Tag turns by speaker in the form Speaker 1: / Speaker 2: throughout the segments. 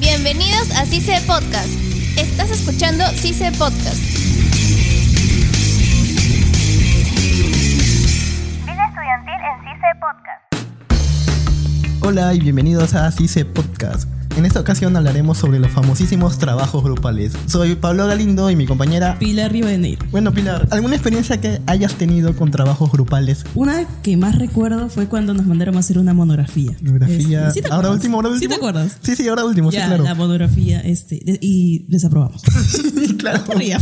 Speaker 1: Bienvenidos a CICE Podcast. Estás escuchando CICE Podcast.
Speaker 2: Vida Estudiantil en CICE Podcast.
Speaker 3: Hola y bienvenidos a CICE Podcast. En esta ocasión hablaremos sobre los famosísimos trabajos grupales. Soy Pablo Galindo y mi compañera...
Speaker 4: Pilar Rivadeneira.
Speaker 3: Bueno, Pilar, ¿alguna experiencia que hayas tenido con trabajos grupales?
Speaker 4: Una que más recuerdo fue cuando nos mandaron a hacer una monografía.
Speaker 3: Monografía.
Speaker 4: Este, ¿sí te acuerdas?
Speaker 3: ahora último, ahora
Speaker 4: ¿Sí
Speaker 3: último.
Speaker 4: te acuerdas?
Speaker 3: Sí, sí, ahora último,
Speaker 4: ya,
Speaker 3: sí, claro.
Speaker 4: la monografía, este, de- y desaprobamos.
Speaker 3: claro.
Speaker 4: Ría.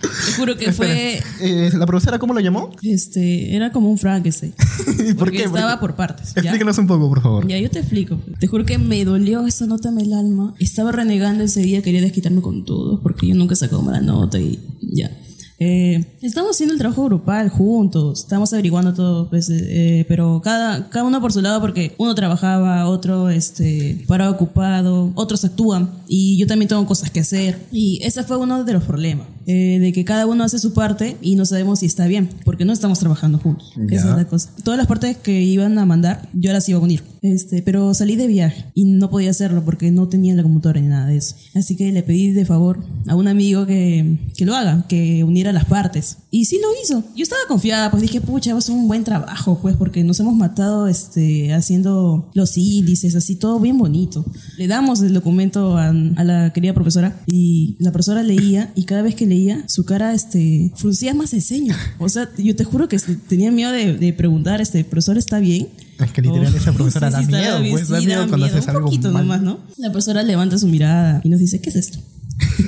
Speaker 4: Te juro que fue,
Speaker 3: Espera, eh, ¿La profesora cómo lo llamó?
Speaker 4: este, era como un Frankenstein.
Speaker 3: ¿Por
Speaker 4: Porque
Speaker 3: qué? ¿Por
Speaker 4: estaba
Speaker 3: qué?
Speaker 4: por partes. ¿ya?
Speaker 3: Explícanos un poco, por favor.
Speaker 4: Ya, yo te explico. Te juro que me dolió esa nota en el alma. Estaba renegando ese día, quería desquitarme con todos porque yo nunca sacaba mala nota y ya. Eh, estamos haciendo el trabajo grupal juntos, estamos averiguando todo, pues, eh, eh, pero cada, cada uno por su lado porque uno trabajaba, otro este, parado ocupado, otros actúan y yo también tengo cosas que hacer. Y ese fue uno de los problemas, eh, de que cada uno hace su parte y no sabemos si está bien porque no estamos trabajando juntos.
Speaker 3: Ya.
Speaker 4: Esa es la cosa. Todas las partes que iban a mandar, yo las iba a unir. Este, pero salí de viaje y no podía hacerlo porque no tenía la computadora ni nada de eso. Así que le pedí de favor a un amigo que, que lo haga, que uniera las partes. Y sí lo hizo. Yo estaba confiada, pues dije, pucha, va a ser un buen trabajo, pues, porque nos hemos matado este, haciendo los índices, así todo bien bonito. Le damos el documento a, a la querida profesora y la profesora leía y cada vez que leía, su cara este, fruncía más el ceño. O sea, yo te juro que este, tenía miedo de, de preguntar, este, profesor, ¿está bien?
Speaker 3: Es que literal
Speaker 4: Oh,
Speaker 3: esa profesora
Speaker 4: sí,
Speaker 3: da
Speaker 4: sí, está-
Speaker 3: miedo, pues,
Speaker 4: sí,
Speaker 3: da miedo cuando haces
Speaker 4: un
Speaker 3: algo
Speaker 4: poquito
Speaker 3: mal.
Speaker 4: nomás, ¿no? La profesora levanta su mirada y nos dice, ¿qué es esto?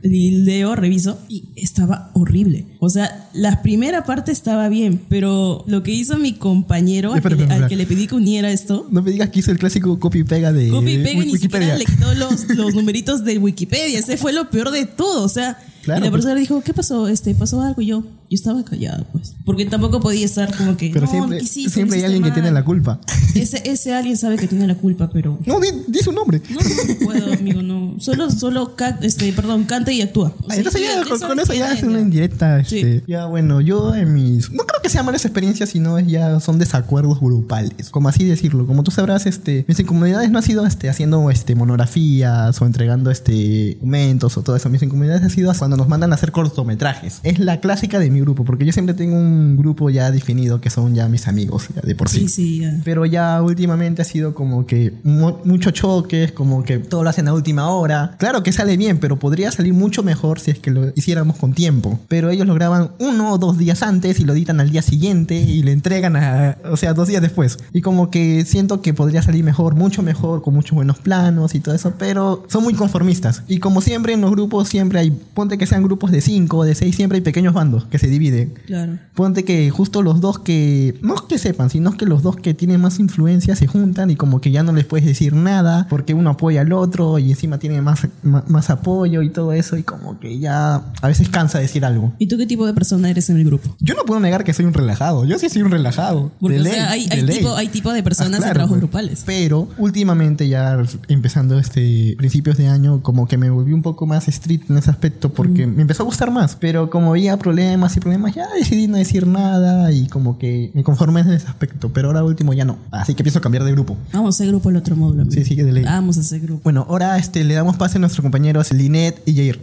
Speaker 4: Y leo, reviso y estaba horrible. O sea, la primera parte estaba bien, pero lo que hizo mi compañero, al,
Speaker 3: Espera,
Speaker 4: que, le-
Speaker 3: espera,
Speaker 4: al
Speaker 3: espera.
Speaker 4: que le pedí que uniera esto,
Speaker 3: No me digas que hizo el clásico copy y pega de
Speaker 4: copy y pega,
Speaker 3: Wik-
Speaker 4: ni
Speaker 3: Wikipedia.
Speaker 4: siquiera le quitó los, los numeritos de Wikipedia. Ese fue lo peor de todo. O sea,
Speaker 3: Claro,
Speaker 4: y la
Speaker 3: pues.
Speaker 4: profesora dijo, ¿qué pasó? Este, pasó algo. Y yo, yo estaba callada, pues. Porque tampoco podía estar como que.
Speaker 3: Pero
Speaker 4: "No,
Speaker 3: siempre,
Speaker 4: ¿qué hiciste?
Speaker 3: siempre hay
Speaker 4: Lo hiciste
Speaker 3: alguien que tiene
Speaker 4: mal".
Speaker 3: la culpa.
Speaker 4: Ese, ese alguien sabe que tiene la culpa, pero.
Speaker 3: No, di, di su nombre.
Speaker 4: No, no puedo, amigo, no. Solo, solo ca- este, perdón, canta y actúa. O
Speaker 3: Ah,
Speaker 4: sea,
Speaker 3: Entonces ya, con, con eso ya es una
Speaker 4: ya.
Speaker 3: indirecta.
Speaker 4: Sí.
Speaker 3: este, Ya bueno, yo en mis... No creo que sean malas experiencias, sino es ya son desacuerdos grupales. Como así decirlo. Como tú sabrás, este, mis incomodidades no ha sido este, haciendo este, monografías o entregando este, documentos o todo eso. Mis incomodidades ha sido cuando nos mandan a hacer cortometrajes. Es la clásica de mi grupo, porque yo siempre tengo un grupo ya definido que son ya mis amigos ya de por sí.
Speaker 4: Sí, sí, ya.
Speaker 3: Pero ya últimamente ha sido como que mu- mucho choques, como que todo lo hacen a última hora. Claro que sale bien, pero podría salir mucho mejor si es que lo hiciéramos con tiempo. Pero ellos lo graban uno o dos días antes y lo editan al día siguiente y le entregan a, o sea, dos días después. Y como que siento que podría salir mejor, mucho mejor, con muchos buenos planos y todo eso, pero son muy conformistas. Y como siempre en los grupos siempre hay, ponte que sean grupos de cinco o de seis, siempre hay pequeños bandos que se dividen.
Speaker 4: Claro.
Speaker 3: Ponte que justo los dos que, no es que sepan, sino que los dos que tienen más influencia se juntan y como que ya no les puedes decir nada porque uno apoya al otro y encima tiene más, ma- más, apoyo y todo eso y como que ya a veces cansa decir algo.
Speaker 4: ¿Y tú qué tipo de persona eres en el grupo?
Speaker 3: Yo no puedo negar que soy un relajado, yo sí soy un relajado.
Speaker 4: Porque,
Speaker 3: de
Speaker 4: o
Speaker 3: ley,
Speaker 4: sea, hay,
Speaker 3: de
Speaker 4: hay
Speaker 3: ley.
Speaker 4: tipo, hay tipo de personas
Speaker 3: Ah, claro,
Speaker 4: en trabajos
Speaker 3: pues.
Speaker 4: grupales.
Speaker 3: Pero últimamente ya empezando este principios de año como que me volví un poco más strict en ese aspecto porque me empezó a gustar más, pero como había problemas y problemas ya decidí no decir nada y como que me conformé en ese aspecto, pero ahora último ya no, así que pienso cambiar de grupo.
Speaker 4: Vamos a hacer grupo el otro módulo. amigo.
Speaker 3: Sí, sí, que de ley.
Speaker 4: Vamos a hacer grupo.
Speaker 3: Bueno, ahora este le damos pase a nuestros compañeros Linet y Jair.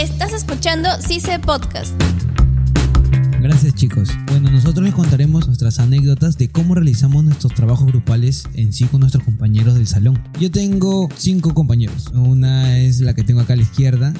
Speaker 1: Estás escuchando CICE Podcast.
Speaker 5: Gracias chicos. Bueno, nosotros les contaremos nuestras anécdotas de cómo realizamos nuestros trabajos grupales en sí con nuestros compañeros del salón. Yo tengo cinco compañeros. Una es la que tengo acá a la izquierda,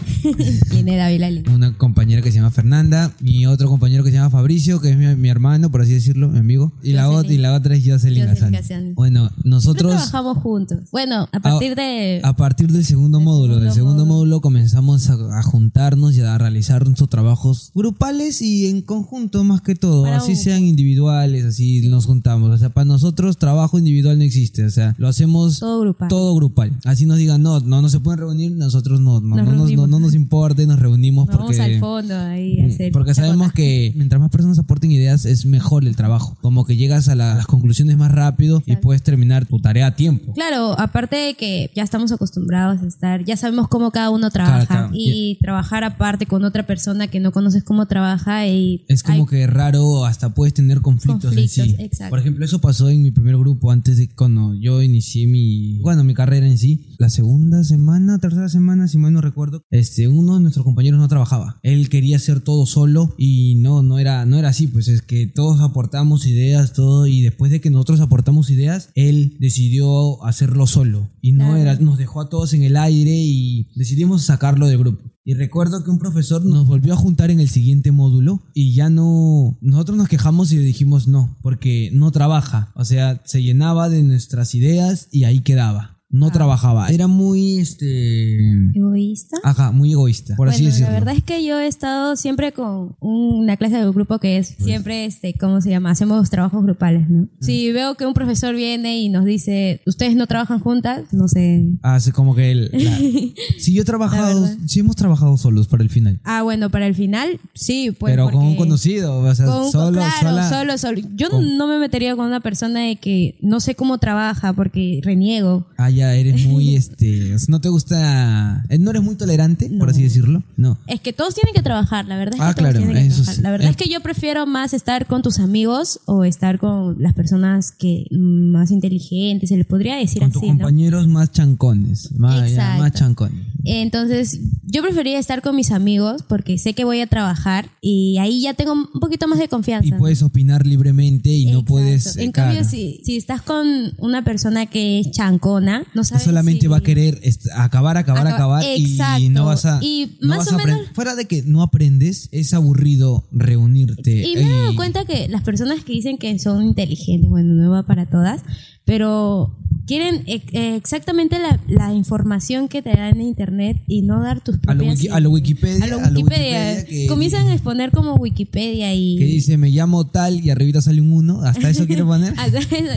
Speaker 6: Viene David Lali.
Speaker 5: una compañera que se llama Fernanda, mi otro compañero que se llama Fabricio, que es mi, mi hermano, por así decirlo, mi amigo, y, la,
Speaker 6: Jocelyn.
Speaker 5: ot- y la otra es Jocelyn
Speaker 6: Jocelyn
Speaker 5: Gazán.
Speaker 6: Gazán.
Speaker 5: Bueno,
Speaker 6: Nosotros
Speaker 5: nosotros...
Speaker 6: trabajamos juntos. Bueno, a partir de.
Speaker 5: A partir del segundo
Speaker 6: Del
Speaker 5: módulo.
Speaker 6: segundo
Speaker 5: del segundo
Speaker 6: módulo.
Speaker 5: módulo comenzamos a, a juntarnos y a realizar nuestros trabajos grupales y en conjunto más que todo.
Speaker 6: Para
Speaker 5: así
Speaker 6: un-
Speaker 5: sean individuales, así nos juntamos. O sea, para nosotros trabajo individual no existe. O sea, lo hacemos
Speaker 6: Todo grupal.
Speaker 5: todo grupal. Así nos digan, no, no, no se pueden reunir, nosotros no, no, no
Speaker 6: Nos
Speaker 5: nos, no,
Speaker 6: reunimos.
Speaker 5: no nos importa, y nos reunimos
Speaker 6: Nos
Speaker 5: porque... Mm,
Speaker 6: vamos al fondo ahí a hacer.
Speaker 5: Porque sabemos
Speaker 6: chacota.
Speaker 5: que mientras más personas aporten ideas es mejor el trabajo. Como que llegas a la- las conclusiones más rápido y puedes terminar tu tarea a tiempo.
Speaker 6: Claro, aparte de que ya estamos acostumbrados a estar, ya sabemos cómo cada uno trabaja
Speaker 5: Cada- cada-
Speaker 6: y trabajar aparte con otra persona que no conoces cómo trabaja y
Speaker 5: Es como
Speaker 6: Hay-
Speaker 5: que raro, hasta puedes tener conflictos, en sí.
Speaker 6: Conflictos, exacto.
Speaker 5: Por ejemplo, eso pasó en mi primer grupo antes de cuando yo inicié mi, bueno, mi carrera en sí. La segunda semana, tercera semana, si mal no recuerdo, este, uno de nuestros compañeros no trabajaba. Él quería hacer todo solo y no, no era, no era así. Pues es que todos aportamos ideas, todo y después de que nosotros aportamos ideas, él decidió hacerlo solo y no
Speaker 6: Claro.
Speaker 5: era, nos dejó a todos en el aire y decidimos sacarlo del grupo. Y recuerdo que un profesor nos volvió a juntar en el siguiente módulo y ya no... Nosotros nos quejamos y le dijimos no, porque no trabaja. O sea, se llenaba de nuestras ideas y ahí quedaba. No
Speaker 6: Ah.
Speaker 5: trabajaba. Era muy, este...
Speaker 6: Egoísta.
Speaker 5: Ajá, muy egoísta, por así
Speaker 6: bueno,
Speaker 5: decirlo.
Speaker 6: la verdad es que yo he estado siempre con una clase de grupo que es
Speaker 5: Pues.
Speaker 6: siempre, este, ¿cómo se llama? Hacemos trabajos grupales, ¿no?
Speaker 5: Mm.
Speaker 6: Si veo que un profesor viene y nos dice, ustedes no trabajan juntas, no sé.
Speaker 5: Hace Ah, como que él... Si yo he trabajado... Si hemos trabajado solos para el final.
Speaker 6: Ah, bueno, para el final, sí, pues.
Speaker 5: pero con un
Speaker 6: porque-
Speaker 5: conocido, o sea,
Speaker 6: con un-
Speaker 5: solo,
Speaker 6: claro,
Speaker 5: sola.
Speaker 6: solo, solo. Yo
Speaker 5: con-
Speaker 6: no me metería con una persona de que no sé cómo trabaja porque reniego.
Speaker 5: Ah, ya, eres muy, este... o sea, no te gusta... eh, No eres muy tolerante, por así decirlo. No.
Speaker 6: Es que todos tienen que trabajar, la verdad es que
Speaker 5: Ah,
Speaker 6: todos
Speaker 5: claro,
Speaker 6: tienen que
Speaker 5: eso
Speaker 6: trabajar.
Speaker 5: sí.
Speaker 6: La verdad
Speaker 5: Eh.
Speaker 6: es que yo prefiero más estar con tus amigos o estar con las personas que mm, más inteligentes, se les podría decir
Speaker 5: Con tus
Speaker 6: así, ¿no?
Speaker 5: compañeros más chancones. Más, ya, más
Speaker 6: Exacto.
Speaker 5: chancones.
Speaker 6: Entonces, yo prefería estar con mis amigos porque sé que voy a trabajar y ahí ya tengo un poquito más de confianza.
Speaker 5: Y puedes opinar libremente y no
Speaker 6: Exacto.
Speaker 5: puedes. eh,
Speaker 6: En cambio,
Speaker 5: claro,
Speaker 6: si, si estás con una persona que es chancona, no sabes.
Speaker 5: solamente
Speaker 6: si-
Speaker 5: va a querer est- acabar, acabar,
Speaker 6: Acaba-
Speaker 5: acabar y
Speaker 6: Exacto.
Speaker 5: no vas a.
Speaker 6: Y
Speaker 5: no
Speaker 6: más
Speaker 5: vas
Speaker 6: o
Speaker 5: a apren-
Speaker 6: menos-
Speaker 5: Fuera de que no aprendes, es aburrido reunirte.
Speaker 6: Y me he dado cuenta que las personas que dicen que son inteligentes, bueno, no va para todas, pero quieren e- eh, exactamente la, la información que te dan en internet y no dar tus
Speaker 5: A lo,
Speaker 6: propias...
Speaker 5: wiki- a lo Wikipedia.
Speaker 6: a lo Wikipedia.
Speaker 5: que-
Speaker 6: Comienzan a exponer como Wikipedia y...
Speaker 5: Que dice, me llamo tal y arribita sale un 1. Hasta eso quiero poner.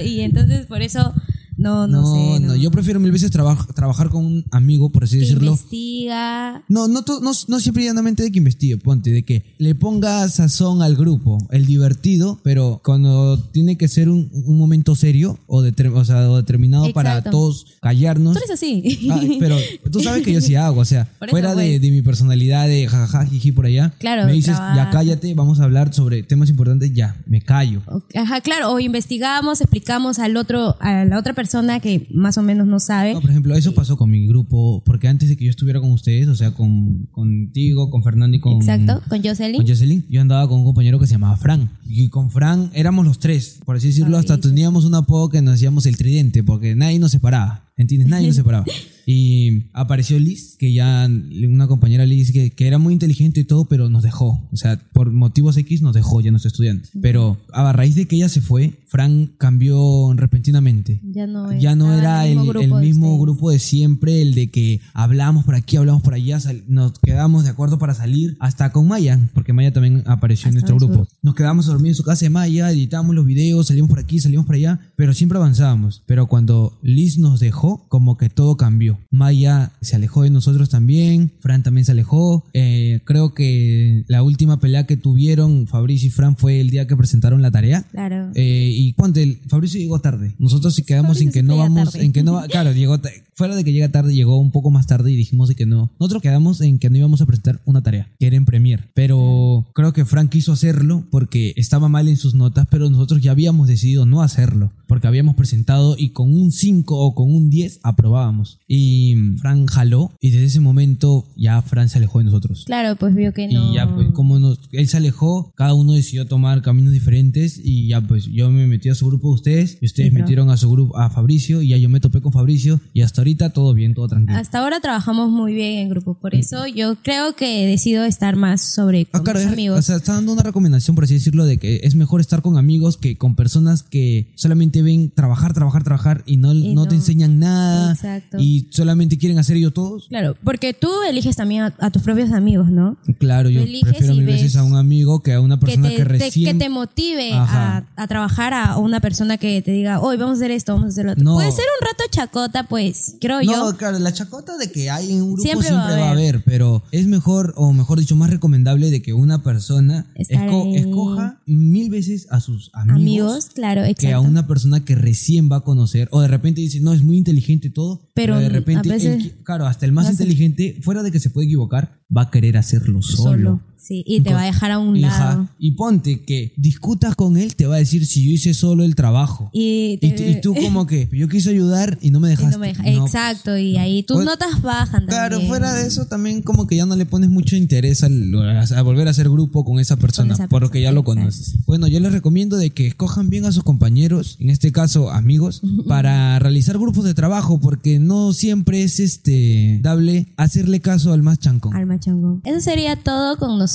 Speaker 6: y entonces por eso no, no,
Speaker 5: no,
Speaker 6: sé.
Speaker 5: no, yo prefiero mil veces traba- trabajar con un amigo, por así
Speaker 6: que
Speaker 5: decirlo.
Speaker 6: investiga...
Speaker 5: No, no, to- no, no siempre y llanamente de que investigue, ponte, de que le ponga sazón al grupo, el divertido, pero cuando tiene que ser un, un momento serio o, deter- o sea, o determinado para
Speaker 6: Exacto.
Speaker 5: todos callarnos.
Speaker 6: Tú eres así.
Speaker 5: Ah, pero tú sabes que yo sí hago, o sea,
Speaker 6: Por eso,
Speaker 5: fuera de,
Speaker 6: pues.
Speaker 5: de mi personalidad de jajaja, jiji por allá,
Speaker 6: Claro,
Speaker 5: me dices,
Speaker 6: trabaja.
Speaker 5: ya cállate, vamos a hablar sobre temas importantes, ya, me callo.
Speaker 6: O- Ajá, claro, o investigamos, explicamos al otro, a la otra persona que más o menos no sabe.
Speaker 5: No, por ejemplo, eso pasó con mi grupo, porque antes de que yo estuviera con ustedes, o sea, con, contigo, con Fernando y con...
Speaker 6: Exacto, con Jocelyn.
Speaker 5: Con Jocelyn, yo andaba con un compañero que se llamaba Fran. Y con Fran éramos los tres, por así decirlo, hasta teníamos un apodo que nos hacíamos el tridente, porque nadie nos separaba. ¿Entiendes? Nadie nos separaba. Y apareció Liz, que ya una compañera Liz, que, que era muy inteligente y todo, pero nos dejó. O sea, por motivos X nos dejó, ya no es estudiante. Pero a raíz de que ella se fue, Fran cambió repentinamente
Speaker 6: ya no,
Speaker 5: ya no era
Speaker 6: estaba
Speaker 5: el el
Speaker 6: en
Speaker 5: mismo, grupo, de
Speaker 6: de ustedes.
Speaker 5: siempre, el de que hablamos por aquí, hablamos por allá, sal- nos quedamos de acuerdo para salir, hasta con Maya, porque Maya también apareció en
Speaker 6: Hasta
Speaker 5: nuestro
Speaker 6: eso.
Speaker 5: grupo. Nos quedamos a dormir en su casa de Maya, editamos los videos, salimos por aquí, salimos por allá, pero siempre avanzábamos. Pero cuando Liz nos dejó, como que todo cambió. Maya se alejó de nosotros también, Fran también se alejó. eh, creo que la última pelea que tuvieron Fabricio y Fran fue el día que presentaron la tarea.
Speaker 6: Claro.
Speaker 5: Eh, y ponte, el- Fabricio llegó tarde. Nosotros sí quedamos en
Speaker 6: Fabricio
Speaker 5: que no
Speaker 6: siempre llega
Speaker 5: vamos,
Speaker 6: tarde.
Speaker 5: en que no va- claro, llegó ta- fuera de que llega tarde, llegó un poco más tarde y dijimos de que no. Nosotros quedamos en que no íbamos a presentar una tarea, que era en Premier, pero creo que Frank quiso hacerlo porque estaba mal en sus notas, pero nosotros ya habíamos decidido no hacerlo, porque habíamos presentado y con un 5 o con un 10 aprobábamos. Y Frank jaló y desde ese momento ya Frank se alejó de nosotros.
Speaker 6: Claro, pues vio que no.
Speaker 5: Y ya, pues, como nos- él se alejó, cada uno decidió tomar caminos diferentes. Y ya, pues, yo me metí a su grupo de ustedes. Y ustedes
Speaker 6: Sí, claro.
Speaker 5: metieron a su grupo, a Fabricio. Y ya yo me topé con Fabricio. Y hasta ahorita todo bien, todo tranquilo.
Speaker 6: Hasta ahora trabajamos muy bien en grupo, por eso yo creo que decido estar más sobre con
Speaker 5: Ah, claro,
Speaker 6: mis
Speaker 5: es-
Speaker 6: amigos.
Speaker 5: o sea, está dando una recomendación, por así decirlo, de que es mejor estar con amigos que con personas que solamente ven trabajar, trabajar, trabajar y no,
Speaker 6: Y
Speaker 5: no
Speaker 6: no.
Speaker 5: te enseñan nada.
Speaker 6: Exacto.
Speaker 5: Y solamente quieren hacer ellos todos.
Speaker 6: claro, porque tú eliges también a, a tus propios amigos, ¿no?
Speaker 5: Claro, yo
Speaker 6: eliges
Speaker 5: prefiero
Speaker 6: y
Speaker 5: mil veces
Speaker 6: ves
Speaker 5: a un amigo que a una
Speaker 6: Que
Speaker 5: persona
Speaker 6: te,
Speaker 5: que,
Speaker 6: te-
Speaker 5: recién...
Speaker 6: que te motive a,
Speaker 5: Ajá.
Speaker 6: a trabajar a una persona que te diga, hoy vamos a hacer esto, vamos a hacer lo otro.
Speaker 5: No.
Speaker 6: Puede ser un rato chacota, pues, creo yo.
Speaker 5: No, claro, la chacota de que hay en un grupo siempre,
Speaker 6: Siempre
Speaker 5: va, a haber, pero es mejor, o mejor dicho, más recomendable de que una persona
Speaker 6: Estar
Speaker 5: esco-
Speaker 6: ahí.
Speaker 5: escoja mil veces a sus amigos,
Speaker 6: amigos, claro, exacto.
Speaker 5: que a una persona que recién va a conocer, o de repente dice, no, es muy inteligente y todo, pero,
Speaker 6: Pero
Speaker 5: de repente,
Speaker 6: a veces-
Speaker 5: el que- claro, hasta el más
Speaker 6: no sé.
Speaker 5: inteligente, fuera de que se puede equivocar, va a querer hacerlo solo.
Speaker 6: Sí, y te va a dejar a un
Speaker 5: Y, ajá,
Speaker 6: lado.
Speaker 5: y ponte que discutas con él, te va a decir si yo hice solo el trabajo.
Speaker 6: Y, te-
Speaker 5: Y, tú- y tú como que, yo quise ayudar y no me
Speaker 6: y no
Speaker 5: dejaste.
Speaker 6: me deja-
Speaker 5: No,
Speaker 6: Exacto, y ahí tus
Speaker 5: Pues-
Speaker 6: notas bajan.
Speaker 5: Claro,
Speaker 6: también.
Speaker 5: fuera de eso también como que ya no le pones mucho interés al- a, a volver a hacer grupo con esa persona,
Speaker 6: esa
Speaker 5: porque ya lo
Speaker 6: persona,
Speaker 5: conoces. Bueno, yo les recomiendo de que escojan bien a sus compañeros, en este caso amigos, para realizar grupos de trabajo, porque no siempre es este dable hacerle caso al más chancón.
Speaker 6: Alma Changón. Eso sería todo con nosotros.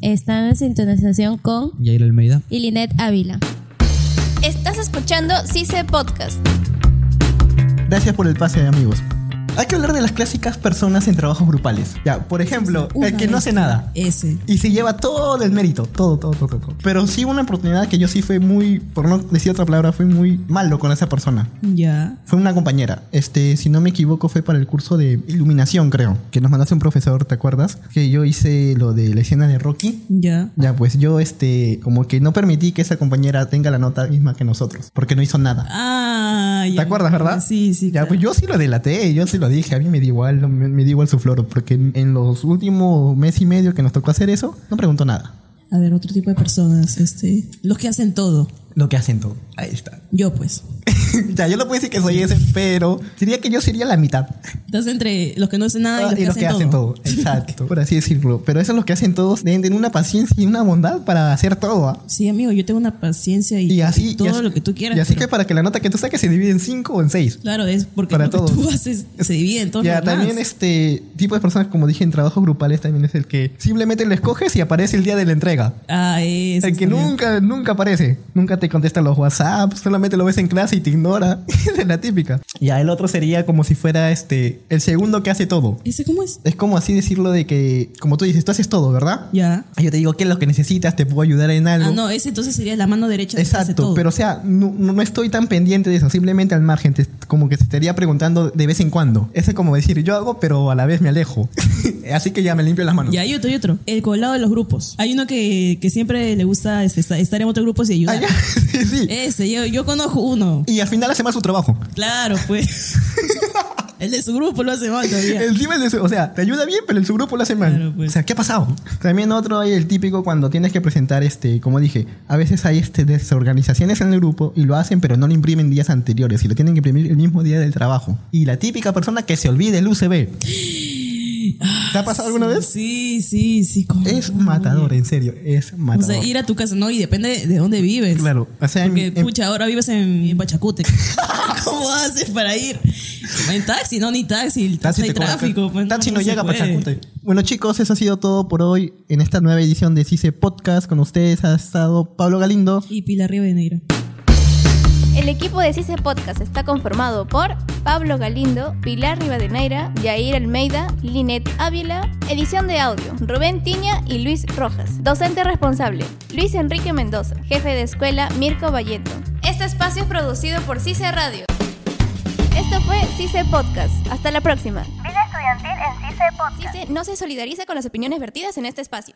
Speaker 6: Están en sintonización con
Speaker 5: Yair Almeida.
Speaker 6: Ilinet Ávila.
Speaker 1: Estás escuchando CICE Podcast.
Speaker 3: Gracias por el pase, amigos. Hay que hablar de las clásicas personas en trabajos grupales. Ya, por ejemplo,
Speaker 4: Una
Speaker 3: el que no hace
Speaker 4: maestra.
Speaker 3: nada.
Speaker 4: Ese.
Speaker 3: Y se lleva todo el mérito, todo, todo, todo, todo. Pero sí una oportunidad que yo sí fue muy, por no decir otra palabra, fui muy malo con esa persona.
Speaker 4: Ya.
Speaker 3: Fue una compañera. Este, si no me equivoco, fue para el curso de iluminación, creo. Que nos mandaste un profesor, ¿te acuerdas? Que yo hice lo de la escena de Rocky.
Speaker 4: Ya.
Speaker 3: Ya, pues yo, este, como que no permití que esa compañera tenga la nota misma que nosotros, porque no hizo nada.
Speaker 4: Ah, ya.
Speaker 3: ¿Te acuerdas, verdad?
Speaker 4: Sí, sí.
Speaker 3: Ya,
Speaker 4: claro.
Speaker 3: pues yo sí lo delaté, yo sí lo dije, a mí me dio igual, no, me, me dio igual su floro, porque en, en los últimos mes y medio que nos tocó hacer eso, no preguntó nada.
Speaker 4: A ver, otro tipo de personas. Este. Los que hacen todo.
Speaker 3: Lo que hacen todo. Ahí está.
Speaker 4: Yo, pues.
Speaker 3: ya, yo no puedo decir que soy ese, pero diría que yo sería la mitad.
Speaker 4: Estás entre los que no hacen
Speaker 3: Ah,
Speaker 4: nada y los, que, hacen, todo.
Speaker 3: Exacto, por así decirlo. Pero eso es lo que hacen todos. Tienen tienen una paciencia y una bondad para hacer todo. ¿ah?
Speaker 4: Sí, amigo, yo tengo una paciencia y,
Speaker 3: Y así.
Speaker 4: todo
Speaker 3: y así-
Speaker 4: lo que tú quieras.
Speaker 3: Y así
Speaker 4: pero-
Speaker 3: que para que la nota que tú saques se divide en 5 o en 6.
Speaker 4: Claro, es porque
Speaker 3: para
Speaker 4: lo que
Speaker 3: todos.
Speaker 4: tú haces se divide en todos
Speaker 3: Ya,
Speaker 4: los demás.
Speaker 3: también este tipo de personas, como dije, en trabajos grupales también es el que simplemente lo escoges y aparece el día de la entrega.
Speaker 4: Ah, es.
Speaker 3: El que nunca, nunca aparece. Nunca te contesta los WhatsApp, solamente lo ves en clase y te ignora. es la típica. Ya, el otro sería como si fuera este el segundo que hace todo.
Speaker 4: ¿Ese cómo es?
Speaker 3: Es como así decirlo de que, como tú dices, tú haces todo, ¿verdad?
Speaker 4: Ya.
Speaker 3: Yo te digo, ¿qué es lo que necesitas? ¿Te puedo ayudar en algo?
Speaker 4: Ah, no, ese entonces sería la mano derecha. que hace
Speaker 3: Exacto,
Speaker 4: todo.
Speaker 3: pero o sea, no, no- no estoy tan pendiente de eso, simplemente al margen, te- como que se estaría preguntando de vez en cuando. Ese es como decir, yo hago, pero a la vez me alejo. Así que ya me limpio las manos.
Speaker 4: Y hay otro y otro. El colado de los grupos. Hay uno que, que siempre le gusta este, esta- estar en otros grupos y
Speaker 3: Ah,
Speaker 4: ayudar.
Speaker 3: ya, sí, sí.
Speaker 4: Ese, yo, yo conozco uno.
Speaker 3: Y al final hace mal su trabajo.
Speaker 4: Claro, pues. el de su grupo lo hace mal todavía.
Speaker 3: Encima, es de su- o sea, te ayuda bien, pero en su grupo lo hace mal.
Speaker 4: Claro, pues.
Speaker 3: O sea, ¿qué ha pasado? También otro hay el típico cuando tienes que presentar, este, como dije, a veces hay este desorganizaciones en el grupo y lo hacen, pero no lo imprimen días anteriores y lo tienen que imprimir el mismo día del trabajo. Y la típica persona que se olvida el UCB. ¿Te ha pasado alguna vez?
Speaker 4: Sí, sí, sí. cómo
Speaker 3: Es
Speaker 4: no.
Speaker 3: matador, en serio, es
Speaker 4: O
Speaker 3: matador.
Speaker 4: sea, ir a tu casa, no, y depende de dónde vives.
Speaker 3: Claro, o sea, en-
Speaker 4: Porque,
Speaker 3: en-
Speaker 4: pucha, ahora vives en, en Pachacute. ¿Cómo haces para ir? En taxi, no, ni taxi.
Speaker 3: Taxi
Speaker 4: hay
Speaker 3: te cobra-
Speaker 4: tráfico. pues,
Speaker 3: Taxi no,
Speaker 4: se
Speaker 3: llega
Speaker 4: puede.
Speaker 3: para Chacute. Bueno, chicos, eso ha sido todo por hoy en esta nueva edición de CICE Podcast. Con ustedes ha estado Pablo Galindo.
Speaker 4: Y Pilar Rivadeneira.
Speaker 1: El equipo de CICE Podcast está conformado por Pablo Galindo, Pilar Rivadeneira, Yair Almeida, Linet Ávila, edición de audio, Rubén Tiña y Luis Rojas. Docente responsable, Luis Enrique Mendoza, jefe de escuela, Mirko Valleto. Este espacio es producido por CICE Radio. Esto fue CICE Podcast. Hasta la próxima.
Speaker 2: Vida estudiantil en CICE Podcast.
Speaker 1: CICE no se solidariza con las opiniones vertidas en este espacio.